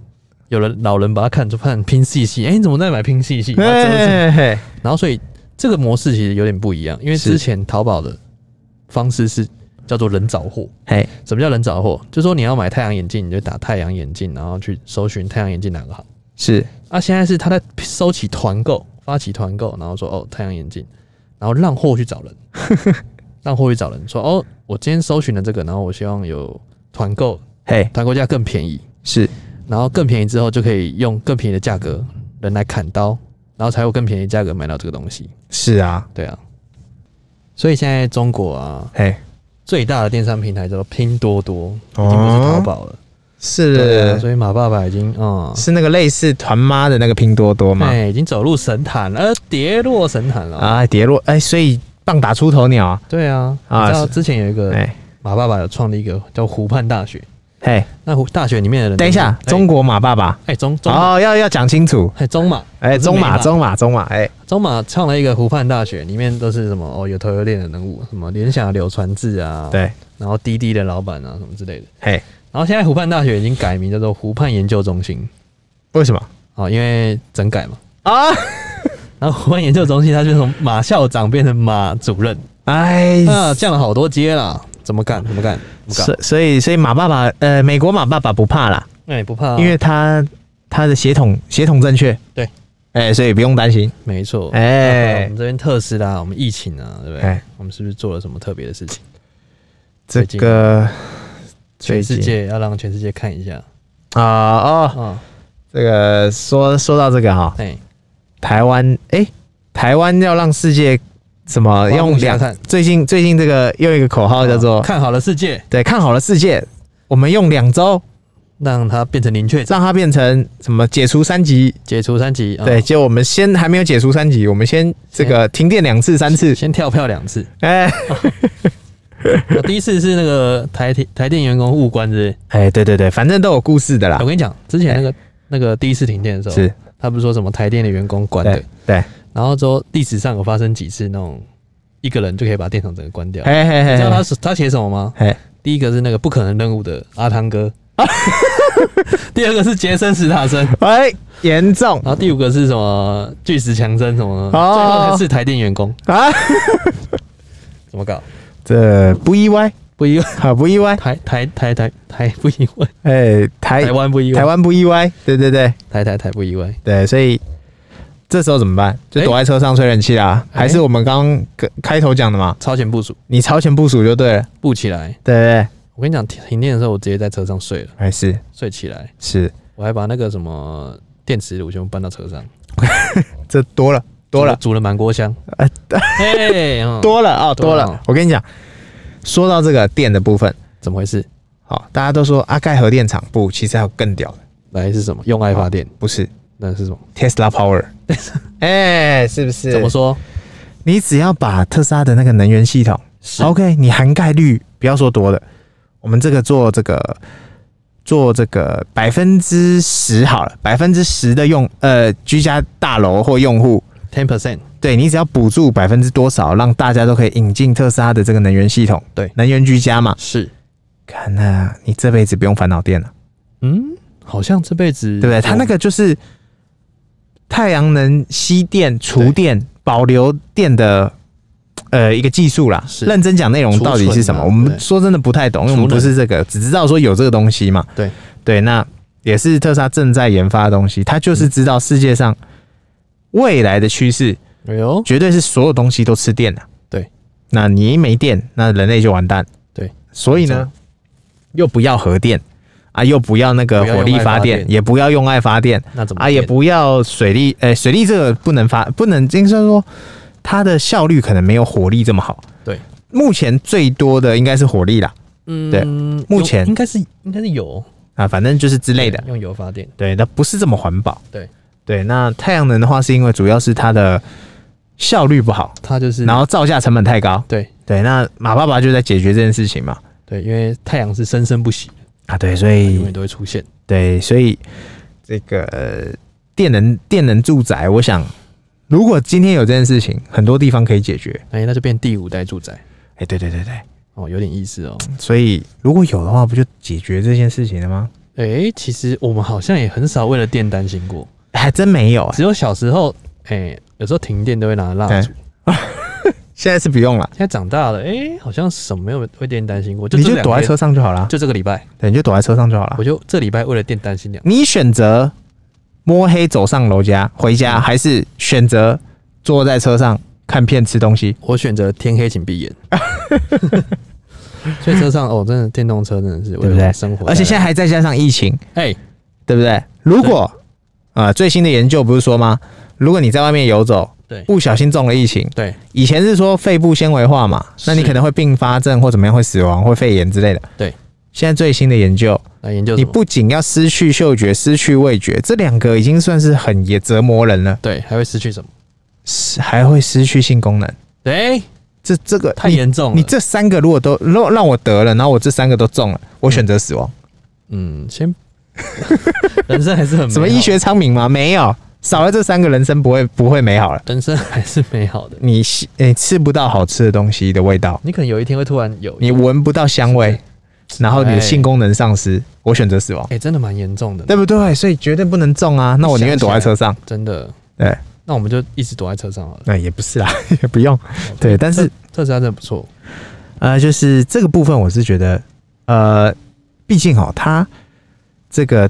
[SPEAKER 2] 有人老人把它看出看拼夕夕，哎、你怎么在买拼夕夕？把它折成
[SPEAKER 1] 嘿嘿嘿
[SPEAKER 2] 然后所以这个模式其实有点不一样，因为
[SPEAKER 1] 哎是
[SPEAKER 2] 之前淘宝的方式是叫做人找货。
[SPEAKER 1] 嘿，
[SPEAKER 2] 什么叫人找货？就说你要买太阳眼镜，你就打太阳眼镜，然后去搜寻太阳眼镜哪个好。
[SPEAKER 1] 是
[SPEAKER 2] 啊，现在是他在收起团购，发起团购，然后说哦太阳眼镜，然后让货去找 人，让货去找人说哦我今天搜寻了这个，然后我希望有团购，
[SPEAKER 1] 嘿
[SPEAKER 2] 团购价更便宜，
[SPEAKER 1] 是
[SPEAKER 2] 然后更便宜之后就可以用更便宜的价格人来砍刀，然后才有更便宜的价格买到这个东西。
[SPEAKER 1] 是啊，
[SPEAKER 2] 对啊，所以现在中国啊，
[SPEAKER 1] 嘿
[SPEAKER 2] 最大的电商平台叫做拼多多，已经不是淘宝了。对啊，
[SPEAKER 1] 是
[SPEAKER 2] 所以马爸爸已经啊，
[SPEAKER 1] 哦是那个类似团妈的那个拼多多
[SPEAKER 2] 嗯
[SPEAKER 1] 吗？
[SPEAKER 2] 哎，已经走入神坛了，呃，跌落神坛了。
[SPEAKER 1] 啊，跌落哎，所以棒打出头鸟啊，
[SPEAKER 2] 对啊，
[SPEAKER 1] 啊
[SPEAKER 2] 你知道
[SPEAKER 1] 是
[SPEAKER 2] 之前有一个
[SPEAKER 1] 哎
[SPEAKER 2] 马爸爸有创立一个叫湖畔大学，
[SPEAKER 1] 嘿，
[SPEAKER 2] 那湖大学里面的人，
[SPEAKER 1] 等一下，
[SPEAKER 2] 哎
[SPEAKER 1] 中国马爸爸
[SPEAKER 2] 哎中中马
[SPEAKER 1] 哦，要要讲清楚，
[SPEAKER 2] 哎中马
[SPEAKER 1] 哎，
[SPEAKER 2] 不是
[SPEAKER 1] 中马
[SPEAKER 2] 美
[SPEAKER 1] 中马中马，哎
[SPEAKER 2] 中马创了一个湖畔大学，里面都是什么哦有头有脸的人物，什么联想的柳传志啊，，
[SPEAKER 1] 对，
[SPEAKER 2] 然后滴滴的老板啊什么之类的。
[SPEAKER 1] 嘿，
[SPEAKER 2] 然后现在湖畔大学已经改名叫做湖畔研究中心
[SPEAKER 1] 为什么
[SPEAKER 2] 哦，因为整改嘛。
[SPEAKER 1] 啊？
[SPEAKER 2] 然后湖畔研 究中心它就从马校长变成马主任，
[SPEAKER 1] 哎，
[SPEAKER 2] 啊，降了好多阶啦，怎么干？怎么干？怎么干？
[SPEAKER 1] 所所以所以马爸爸呃，美国马爸爸不怕啦，
[SPEAKER 2] 那、哎你不怕、
[SPEAKER 1] 因为他他的血统血统正确，
[SPEAKER 2] 啊对，
[SPEAKER 1] 哎，所以不用担心，
[SPEAKER 2] 没错，
[SPEAKER 1] 哎
[SPEAKER 2] 那 我们这边特斯拉，我们疫情啊，对不对？
[SPEAKER 1] 哎
[SPEAKER 2] 我们是不是做了什么特别的事情？
[SPEAKER 1] 这
[SPEAKER 2] 最近
[SPEAKER 1] 个
[SPEAKER 2] 全世
[SPEAKER 1] 最近
[SPEAKER 2] 界要让全世界看一下
[SPEAKER 1] 啊哦。
[SPEAKER 2] 啊！
[SPEAKER 1] 这个说说到这个哈，
[SPEAKER 2] 哎、
[SPEAKER 1] 台湾哎、台湾要让世界什么
[SPEAKER 2] 刮目
[SPEAKER 1] 用
[SPEAKER 2] 相
[SPEAKER 1] 两
[SPEAKER 2] 看
[SPEAKER 1] 最近最近这个又一个口号哦叫做、
[SPEAKER 2] 啊看好了世界，
[SPEAKER 1] 对看好了世界，我们用两周
[SPEAKER 2] 让它变成零确诊，
[SPEAKER 1] 让它变成什么解除三级，
[SPEAKER 2] 解除三级啊！
[SPEAKER 1] 对，，就我们先还没有解除三级，我们先这个停电两次三次，
[SPEAKER 2] 先跳票两 次。
[SPEAKER 1] 哎
[SPEAKER 2] 我第一次是那个台铁台电员工误关之类，
[SPEAKER 1] 哎对对对，反正都有故事的啦
[SPEAKER 2] 我，跟你讲，之前那个、那个第一次停电的时候，
[SPEAKER 1] 啊哎是
[SPEAKER 2] 他不是说什么台电的员工关的
[SPEAKER 1] 对，对，
[SPEAKER 2] 然后之后历史上有发生几次那种一个人就可以把电厂整个关掉。
[SPEAKER 1] 嘿嘿
[SPEAKER 2] 你
[SPEAKER 1] 嘿
[SPEAKER 2] 知道他
[SPEAKER 1] 嘿，
[SPEAKER 2] 是他写什么吗？
[SPEAKER 1] 嘿
[SPEAKER 2] 第一个是那个不可能任务的阿汤哥， 第二个是杰森史塔森，
[SPEAKER 1] 哎严重
[SPEAKER 2] 然后第五个是什么巨石强森什
[SPEAKER 1] 哦
[SPEAKER 2] 么，最后才是台电员工，
[SPEAKER 1] 啊，
[SPEAKER 2] 怎么搞？
[SPEAKER 1] 这不意外，
[SPEAKER 2] 不意外，
[SPEAKER 1] 好不意外。
[SPEAKER 2] 台台台台台不意外，
[SPEAKER 1] 哎、台
[SPEAKER 2] 台湾不意
[SPEAKER 1] 台
[SPEAKER 2] 外，
[SPEAKER 1] 湾不意外，对对对
[SPEAKER 2] 台台台不意外。
[SPEAKER 1] 对，所以这时候怎么办？就躲在车上吹冷气啦，
[SPEAKER 2] 哎
[SPEAKER 1] 还是我们刚刚跟开头讲的嘛？
[SPEAKER 2] 超前部署，
[SPEAKER 1] 你超前部署就对了，
[SPEAKER 2] 布起来。
[SPEAKER 1] 对对
[SPEAKER 2] 我跟你讲，停停电的时候，我直接在车上睡了，
[SPEAKER 1] 对，哎是
[SPEAKER 2] 睡起来，
[SPEAKER 1] 是，
[SPEAKER 2] 我还把那个什么电磁炉全部搬到车上，
[SPEAKER 1] 这多了多了
[SPEAKER 2] 煮煮了满锅香。
[SPEAKER 1] 哎
[SPEAKER 2] 嘿，哦
[SPEAKER 1] 多了哦多
[SPEAKER 2] 多了
[SPEAKER 1] 了，我跟你讲，说到这个电的部分，
[SPEAKER 2] 怎么回事？
[SPEAKER 1] 好，大家都说阿盖核电厂不，其实还有更屌的，
[SPEAKER 2] 来是什么？用爱发电，
[SPEAKER 1] 不是
[SPEAKER 2] 那是什么？
[SPEAKER 1] Tesla Power，哎、是不是？
[SPEAKER 2] 怎么？说？
[SPEAKER 1] 你只要把特斯拉的那个能源系统
[SPEAKER 2] 是
[SPEAKER 1] ，OK，你涵盖率不要说多了，我们这个做这个做这个百分之十好了，百分之十的用呃居家大楼或用户，
[SPEAKER 2] ten percent，
[SPEAKER 1] 对你只要补助百分之多少，让大家都可以引进特斯拉的这个能源系统，
[SPEAKER 2] 对
[SPEAKER 1] 能源居家嘛，
[SPEAKER 2] 是，
[SPEAKER 1] 看那、你这辈子不用烦恼电了。
[SPEAKER 2] 嗯，好像这辈子
[SPEAKER 1] 对不对？它那个就是太阳能吸电、储电、保留电的呃一个技术啦。
[SPEAKER 2] 是
[SPEAKER 1] 认真讲内容到底是什么，
[SPEAKER 2] 储存啊
[SPEAKER 1] 我们
[SPEAKER 2] 对
[SPEAKER 1] 说真的不太懂，因为我们
[SPEAKER 2] 储能
[SPEAKER 1] 不是这个，只知道说有这个东西嘛。
[SPEAKER 2] 对
[SPEAKER 1] 对，那也是特斯拉正在研发的东西，它就是知道世界上未来的趋势
[SPEAKER 2] 哎呦，
[SPEAKER 1] 绝对是所有东西都吃电的。啊
[SPEAKER 2] 对，
[SPEAKER 1] 那你一没电，那人类就完蛋。
[SPEAKER 2] 对，
[SPEAKER 1] 所以
[SPEAKER 2] 没
[SPEAKER 1] 呢，又不要核电啊，又不要那个
[SPEAKER 2] 不要用
[SPEAKER 1] 火力
[SPEAKER 2] 爱
[SPEAKER 1] 发
[SPEAKER 2] 发
[SPEAKER 1] 电，
[SPEAKER 2] 电
[SPEAKER 1] 也不要用爱发电，
[SPEAKER 2] 那怎么
[SPEAKER 1] 啊，也
[SPEAKER 2] 变
[SPEAKER 1] 不要水力，呃、水力这个不能发，不能应该说它的效率可能没有火力这么好。
[SPEAKER 2] 对，
[SPEAKER 1] 目前最多的应该是火力啦，
[SPEAKER 2] 嗯
[SPEAKER 1] 对目
[SPEAKER 2] 用
[SPEAKER 1] 前
[SPEAKER 2] 应该是应该是油
[SPEAKER 1] 啊，反正就是之类的。
[SPEAKER 2] 用油发电，
[SPEAKER 1] 对，那不是这么环保。
[SPEAKER 2] 对
[SPEAKER 1] 对，那太阳能的话，是因为主要是它的效率不好，
[SPEAKER 2] 它就是
[SPEAKER 1] 然后造价成本太高。
[SPEAKER 2] 对
[SPEAKER 1] 对，那马爸爸就在解决这件事情嘛。
[SPEAKER 2] 对，因为太阳是生生不息，
[SPEAKER 1] 啊，对，所
[SPEAKER 2] 永
[SPEAKER 1] 以
[SPEAKER 2] 远都会出现。
[SPEAKER 1] 对，所以这个呃电能电能住宅，我想如果今天有这件事情，很多地方可以解决。
[SPEAKER 2] 哎，那就变第五代住宅
[SPEAKER 1] 哎、对对对对，
[SPEAKER 2] 哦，有点意思哦。
[SPEAKER 1] 所以如果有的话，不就解决这件事情了吗？
[SPEAKER 2] 哎，其实我们好像也很少为了电担心过，
[SPEAKER 1] 还真没有、欸，
[SPEAKER 2] 只有小时候，哎，有时候停电都会拿蜡烛。
[SPEAKER 1] 啊 哎现在是不用了，
[SPEAKER 2] 现在长大了，哎，好像什么没有为电担心过，就
[SPEAKER 1] 你
[SPEAKER 2] 这
[SPEAKER 1] 就
[SPEAKER 2] 两
[SPEAKER 1] 躲在
[SPEAKER 2] 天
[SPEAKER 1] 车，上啊就好了，
[SPEAKER 2] 就这个礼拜，
[SPEAKER 1] 对，你就躲在车上就好了
[SPEAKER 2] 我。就这礼拜为了电担心两，
[SPEAKER 1] 你选择摸黑走上楼家回家，还是选择坐在车上看片吃东西？
[SPEAKER 2] 我选择天黑请闭 眼。所以车上哦，真的电动车真的是为
[SPEAKER 1] 对不对
[SPEAKER 2] 了生活带来，
[SPEAKER 1] 而且现在还再加上疫情，
[SPEAKER 2] 哎、
[SPEAKER 1] 对不对？如果啊、呃最新的研究不是说吗？如果你在外面游走，
[SPEAKER 2] 对
[SPEAKER 1] 不小心中了疫情，
[SPEAKER 2] 对
[SPEAKER 1] 以前是说肺部纤维化嘛，
[SPEAKER 2] 是
[SPEAKER 1] 那你可能会并发症或怎么样，会死亡、会肺炎之类的。
[SPEAKER 2] 对，
[SPEAKER 1] 现在最新的研究，
[SPEAKER 2] 来研究
[SPEAKER 1] 你
[SPEAKER 2] 什么
[SPEAKER 1] 不仅要失去嗅觉、失去味觉，这两个已经算是很也折磨人了，
[SPEAKER 2] 对，还会失去什么？
[SPEAKER 1] 是还会失去性功能。
[SPEAKER 2] 对，
[SPEAKER 1] 这这个
[SPEAKER 2] 太
[SPEAKER 1] 哎你
[SPEAKER 2] 严重了。
[SPEAKER 1] 你这三个如果都让让我得了，然后我这三个都中了，我选择死亡，
[SPEAKER 2] 嗯，先 人生还是很美好
[SPEAKER 1] 什么医，学昌明吗？没有，少了这三个，人生不会不会美好了。
[SPEAKER 2] 人生还是美好的。
[SPEAKER 1] 你吸你吃不到好吃的东西的味道，
[SPEAKER 2] 你可能有一天会突然有，
[SPEAKER 1] 你闻不到香味，然后你的性功能丧失，我选择死亡
[SPEAKER 2] 哎、，真的蛮严重的，
[SPEAKER 1] 对不对？所以绝对不能中啊！那我宁愿躲在车上。
[SPEAKER 2] 真的。
[SPEAKER 1] 对，
[SPEAKER 2] 那我们就一直躲在车上好了。
[SPEAKER 1] 那、也不是啦，也不用。对，但是
[SPEAKER 2] 特斯拉真的不错，
[SPEAKER 1] 呃，就是这个部分，我是觉得，呃，毕竟哦，它这个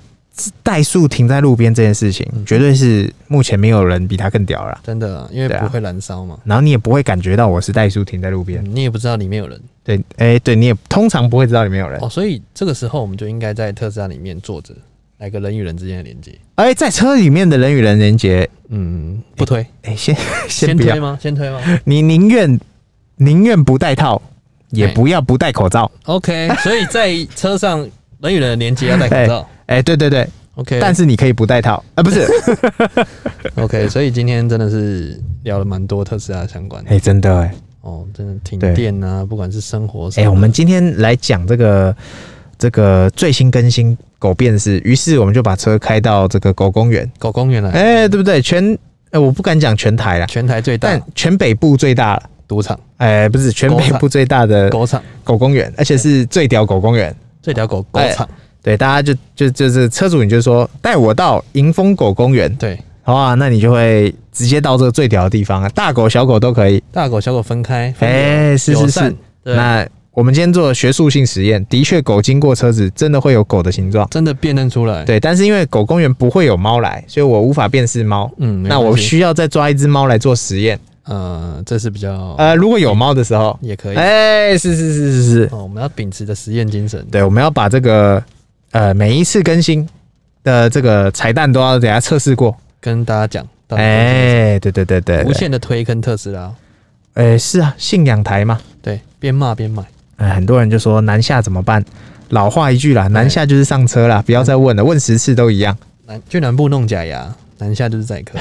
[SPEAKER 1] 怠速停在路边这件事情，
[SPEAKER 2] 嗯
[SPEAKER 1] 绝对是目前没有人比它更屌了啦。
[SPEAKER 2] 真的啊，因为
[SPEAKER 1] 对啊啊
[SPEAKER 2] 不会燃烧嘛、
[SPEAKER 1] 然后你也不会感觉到我是怠速停在路边，
[SPEAKER 2] 嗯你也不知道里面有人
[SPEAKER 1] 对，哎、对，你也通常不会知道里面有人。
[SPEAKER 2] 哦，所以这个时候我们就应该在特斯拉里面坐着，来个人与人之间的连接。
[SPEAKER 1] 哎、在车里面的人与人连接，
[SPEAKER 2] 嗯，不推，
[SPEAKER 1] 哎、先先
[SPEAKER 2] 先
[SPEAKER 1] 不要
[SPEAKER 2] 推，吗？先推吗
[SPEAKER 1] 你宁愿宁愿不戴套，也
[SPEAKER 2] 哎
[SPEAKER 1] 不要不戴口罩。
[SPEAKER 2] ？OK，所以在车上人与人的连接要戴口罩。
[SPEAKER 1] 哎、对对对，
[SPEAKER 2] OK，
[SPEAKER 1] 但是你可以不戴套，啊、不是？
[SPEAKER 2] OK，所以今天真的是聊了蛮多特斯拉相关 的
[SPEAKER 1] 哎、真的哎、
[SPEAKER 2] 哦，真的停
[SPEAKER 1] 对
[SPEAKER 2] 电啊，不管是生活
[SPEAKER 1] 哎、
[SPEAKER 2] 上的，
[SPEAKER 1] 我们今天来讲这个这个最新更新狗辨识，于是我们就把车开到这个狗公园，
[SPEAKER 2] 狗公园来，
[SPEAKER 1] 哎、对不对？全呃，我不敢讲全台啦，
[SPEAKER 2] 全台最大
[SPEAKER 1] 但全北部最大了。
[SPEAKER 2] 赌场
[SPEAKER 1] 哎、不是全北部最大的
[SPEAKER 2] 狗场，
[SPEAKER 1] 狗公园，而且是最屌狗公园。
[SPEAKER 2] 最屌狗狗
[SPEAKER 1] 哎
[SPEAKER 2] 场，
[SPEAKER 1] 对，大家就就就是车主，你就说带我到迎风狗公园，
[SPEAKER 2] 对，
[SPEAKER 1] 好啊，那你就会直接到这个最屌的地方啊，大狗小狗都可以。
[SPEAKER 2] 大狗小狗分开，分流
[SPEAKER 1] 哎、是
[SPEAKER 2] 友
[SPEAKER 1] 是
[SPEAKER 2] 善
[SPEAKER 1] 是，
[SPEAKER 2] 对
[SPEAKER 1] 那我们今天做的学术性实验，的确狗经过车子真的会有狗的形状，
[SPEAKER 2] 真的辨认出来。，
[SPEAKER 1] 对，但是因为狗公园不会有猫来，所以我无法辨识猫。
[SPEAKER 2] 嗯，没
[SPEAKER 1] 那我
[SPEAKER 2] 关系
[SPEAKER 1] 需要再抓一只猫来做实验。
[SPEAKER 2] 呃，这是比较
[SPEAKER 1] 呃，如果有猫的时候，
[SPEAKER 2] 也可以。
[SPEAKER 1] 哎、是是是是是，
[SPEAKER 2] 哦，我们要秉持着实验精神。
[SPEAKER 1] 对，我们要把这个呃每一次更新的这个彩蛋都要给它测试过。
[SPEAKER 2] 跟大家讲，到底
[SPEAKER 1] 哎、对对对对
[SPEAKER 2] 无
[SPEAKER 1] 对，
[SPEAKER 2] 限的推坑特斯拉，
[SPEAKER 1] 哎、是啊，信仰台嘛，
[SPEAKER 2] 对，边骂边买，
[SPEAKER 1] 哎、很多人就说南下怎么办？老话一句啦，南下就是上车啦，不要再问了，问十次都一样。
[SPEAKER 2] 南去南部弄假牙，南下就是载 客，。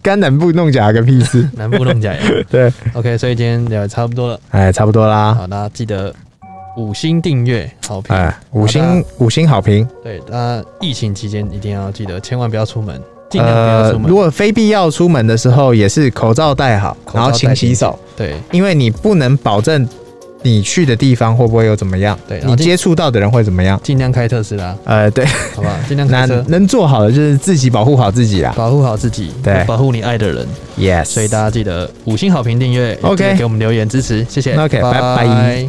[SPEAKER 1] 干南部弄假个屁事
[SPEAKER 2] 南部弄假牙。
[SPEAKER 1] 对，
[SPEAKER 2] OK，所以今天聊得差不多了，
[SPEAKER 1] 哎，差不多啦。
[SPEAKER 2] 好，大家记得五星订阅好评，
[SPEAKER 1] 哎，五
[SPEAKER 2] 好
[SPEAKER 1] 星五星好评。
[SPEAKER 2] 对，大家疫情期间一定要记得，千万不要出门，尽量不要
[SPEAKER 1] 呃
[SPEAKER 2] 出，门，
[SPEAKER 1] 如果非必要出门的时候，也是口罩戴好，
[SPEAKER 2] 口罩
[SPEAKER 1] 然后勤
[SPEAKER 2] 戴
[SPEAKER 1] 洗
[SPEAKER 2] 紧
[SPEAKER 1] 手，
[SPEAKER 2] 对
[SPEAKER 1] 因为你不能保证你去的地方会不会有怎么样，
[SPEAKER 2] 对，然
[SPEAKER 1] 你
[SPEAKER 2] 后尽
[SPEAKER 1] 接触到的人会怎么样。
[SPEAKER 2] 尽量开特斯拉，
[SPEAKER 1] 呃，对，
[SPEAKER 2] 好不好？尽 量
[SPEAKER 1] 那
[SPEAKER 2] 开车，
[SPEAKER 1] 能做好的就是自己保护好自己啦。
[SPEAKER 2] 保护好自己，
[SPEAKER 1] 对
[SPEAKER 2] 也保护你爱的人，
[SPEAKER 1] Yes，
[SPEAKER 2] 所以大家记得五星好评、订阅
[SPEAKER 1] OK
[SPEAKER 2] 记得给我们留言支持，谢谢
[SPEAKER 1] OK，拜拜
[SPEAKER 2] 拜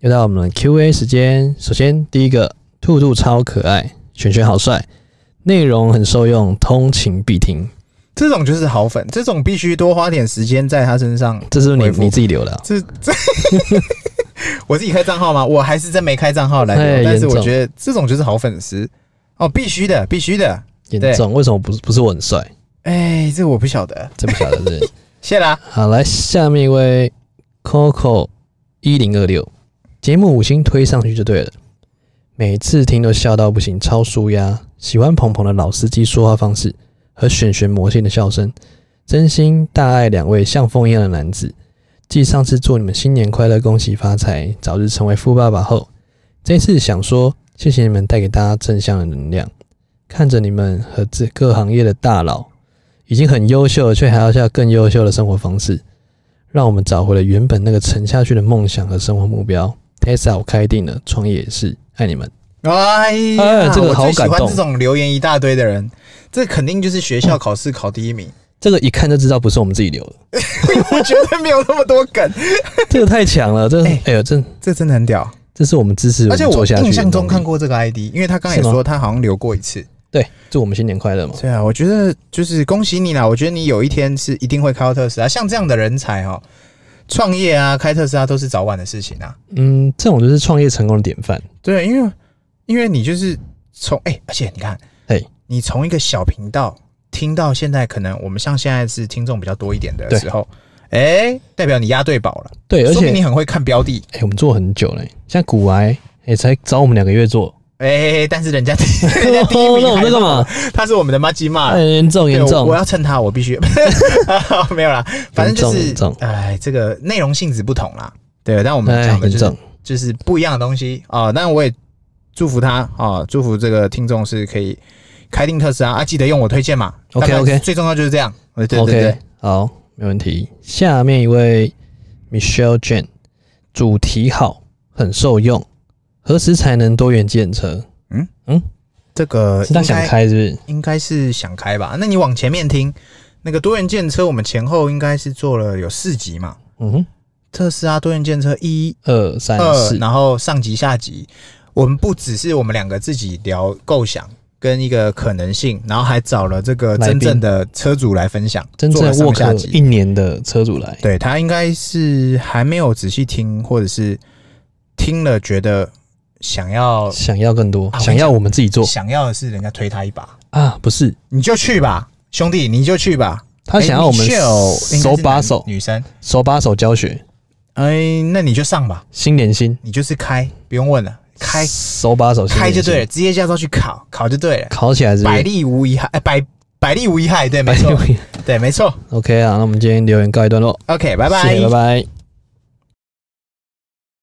[SPEAKER 2] 又到我们的 Q&A 时间，首先第一个，兔兔超可爱，璇璇好帅，内容很受用，通勤必听。
[SPEAKER 1] 这种就是好粉，这种必须多花点时间在他身上。
[SPEAKER 2] 这是你
[SPEAKER 1] 回复
[SPEAKER 2] 你自己留的啊、
[SPEAKER 1] 这这， 我自己开账号吗？我还是真没开账号来
[SPEAKER 2] 哎
[SPEAKER 1] 留，但是
[SPEAKER 2] 严
[SPEAKER 1] 我
[SPEAKER 2] 重
[SPEAKER 1] 觉得这种就是好粉丝哦，必须的，必须的。
[SPEAKER 2] 严
[SPEAKER 1] 对
[SPEAKER 2] 重？为什么不是不是我很帅？
[SPEAKER 1] 哎，这我不晓得，
[SPEAKER 2] 这不晓得是。
[SPEAKER 1] 谢啦。
[SPEAKER 2] 好，来下面一位 Coco 一零二六，节目五星推上去就对了。每次听都笑到不行，超舒压。喜欢鹏鹏的老司机说话方式和选选魔性的笑声，真心大爱两位像风一样的男子。继上次祝你们新年快乐，恭喜发财，早日成为富爸爸后，这次想说谢谢你们带给大家正向的能量。看着你们和这各行业的大佬已经很优秀了，却还要下更优秀的生活方式，让我们找回了原本那个沉下去的梦想和生活目标。Tesla 我开定了，创业也是，爱你们。
[SPEAKER 1] 哎呀，
[SPEAKER 2] 哎这个
[SPEAKER 1] 我
[SPEAKER 2] 好
[SPEAKER 1] 最喜
[SPEAKER 2] 感
[SPEAKER 1] 欢
[SPEAKER 2] 动
[SPEAKER 1] 这种留言一大堆的人，这肯定就是学校考试考第一名。
[SPEAKER 2] 这个一看就知道不是我们自己留的，
[SPEAKER 1] 我觉得没有那么多梗，
[SPEAKER 2] 这个太强了，这
[SPEAKER 1] 哎
[SPEAKER 2] 哎呦，这
[SPEAKER 1] 这真的很屌。
[SPEAKER 2] 这是我们支持我
[SPEAKER 1] 而
[SPEAKER 2] 们
[SPEAKER 1] 且我
[SPEAKER 2] 做下去的
[SPEAKER 1] 印象中看
[SPEAKER 2] 动力，
[SPEAKER 1] 过这个 ID，因为他刚才也
[SPEAKER 2] 是吗
[SPEAKER 1] 说他好像留过一次。
[SPEAKER 2] 对，祝我们新年快乐嘛。
[SPEAKER 1] 对啊，我觉得就是恭喜你啦！我觉得你有一天是一定会开到特斯拉，像这样的人才哦，创业啊、开特斯拉都是早晚的事情啊。
[SPEAKER 2] 嗯，这种就是创业成功的典范。
[SPEAKER 1] 对，啊因为因为你就是从哎、而且你看，
[SPEAKER 2] 嘿
[SPEAKER 1] 你从一个小频道听到现在，可能我们像现在是听众比较多一点的
[SPEAKER 2] 对
[SPEAKER 1] 时候，哎、代表你押对宝了，
[SPEAKER 2] 对，而
[SPEAKER 1] 说
[SPEAKER 2] 且
[SPEAKER 1] 明你很会看标的。
[SPEAKER 2] 哎、我们做很久了，像古癌也、才找我们两个月做，哦
[SPEAKER 1] 哎、但是人家 人家第一名
[SPEAKER 2] 那我们
[SPEAKER 1] 还
[SPEAKER 2] 在干嘛？
[SPEAKER 1] 他是我们的妈吉嘛
[SPEAKER 2] 哎，。严重严
[SPEAKER 1] 对我
[SPEAKER 2] 重
[SPEAKER 1] 我，要蹭他，我必须 没有啦，反正就
[SPEAKER 2] 严
[SPEAKER 1] 是
[SPEAKER 2] 重
[SPEAKER 1] 哎，这个内容性质不同啦，对，但我们
[SPEAKER 2] 哎
[SPEAKER 1] 讲的
[SPEAKER 2] 严
[SPEAKER 1] 就
[SPEAKER 2] 重
[SPEAKER 1] 是，就是不一样的东西啊、当然我也祝福他啊、祝福这个听众是可以开定特斯拉啊，记得用我推荐嘛。
[SPEAKER 2] OK，
[SPEAKER 1] 大概
[SPEAKER 2] OK
[SPEAKER 1] 最重要就是这样。对对
[SPEAKER 2] OK，
[SPEAKER 1] 对对
[SPEAKER 2] 好，没问题。下面一位 Michelle Jane，主题好，很受用。何时才能多元建车？
[SPEAKER 1] 这个
[SPEAKER 2] 是他想
[SPEAKER 1] 应该
[SPEAKER 2] 开是不是？
[SPEAKER 1] 应该是想开吧？那你往前面听，那个多元建车，我们前后应该是做了有四集嘛。
[SPEAKER 2] 嗯哼，
[SPEAKER 1] 特斯拉多元建车一
[SPEAKER 2] 二三
[SPEAKER 1] 二，
[SPEAKER 2] 四，
[SPEAKER 1] 嗯然后上集下集，我们不只是我们两个自己聊构想跟一个可能性，然后还找了这个
[SPEAKER 2] 来宾
[SPEAKER 1] 真正的车主来分享，
[SPEAKER 2] 真
[SPEAKER 1] 做
[SPEAKER 2] 正
[SPEAKER 1] 了上
[SPEAKER 2] 沃
[SPEAKER 1] 下
[SPEAKER 2] 克
[SPEAKER 1] 集。
[SPEAKER 2] 一年的车主来，
[SPEAKER 1] 对他应该是还没有仔细听，或者是听了觉得想要、
[SPEAKER 2] 想要更多，
[SPEAKER 1] 啊
[SPEAKER 2] 想要我们自己做
[SPEAKER 1] 想要的是人家推他一把，
[SPEAKER 2] 啊，不是
[SPEAKER 1] 你就去吧，兄弟，你就去吧。
[SPEAKER 2] 他想要我们
[SPEAKER 1] 哎，Michelle 应该是
[SPEAKER 2] 手
[SPEAKER 1] 男
[SPEAKER 2] 把手，
[SPEAKER 1] 女生，
[SPEAKER 2] 手把手教学，
[SPEAKER 1] 哎，那你就上吧，
[SPEAKER 2] 心连心，
[SPEAKER 1] 你就是开，不用问了，开
[SPEAKER 2] 手把手，
[SPEAKER 1] 开就对了，
[SPEAKER 2] 了，
[SPEAKER 1] 直接驾照去考，考就对了。
[SPEAKER 2] 考起来是不
[SPEAKER 1] 百
[SPEAKER 2] 是？
[SPEAKER 1] 利无一害，哎、百百利无一害，对，没
[SPEAKER 2] 百
[SPEAKER 1] 错，
[SPEAKER 2] 利
[SPEAKER 1] 对，没错。
[SPEAKER 2] OK 啊，那我们今天留言告一段落，
[SPEAKER 1] OK，拜拜，
[SPEAKER 2] 谢谢拜拜。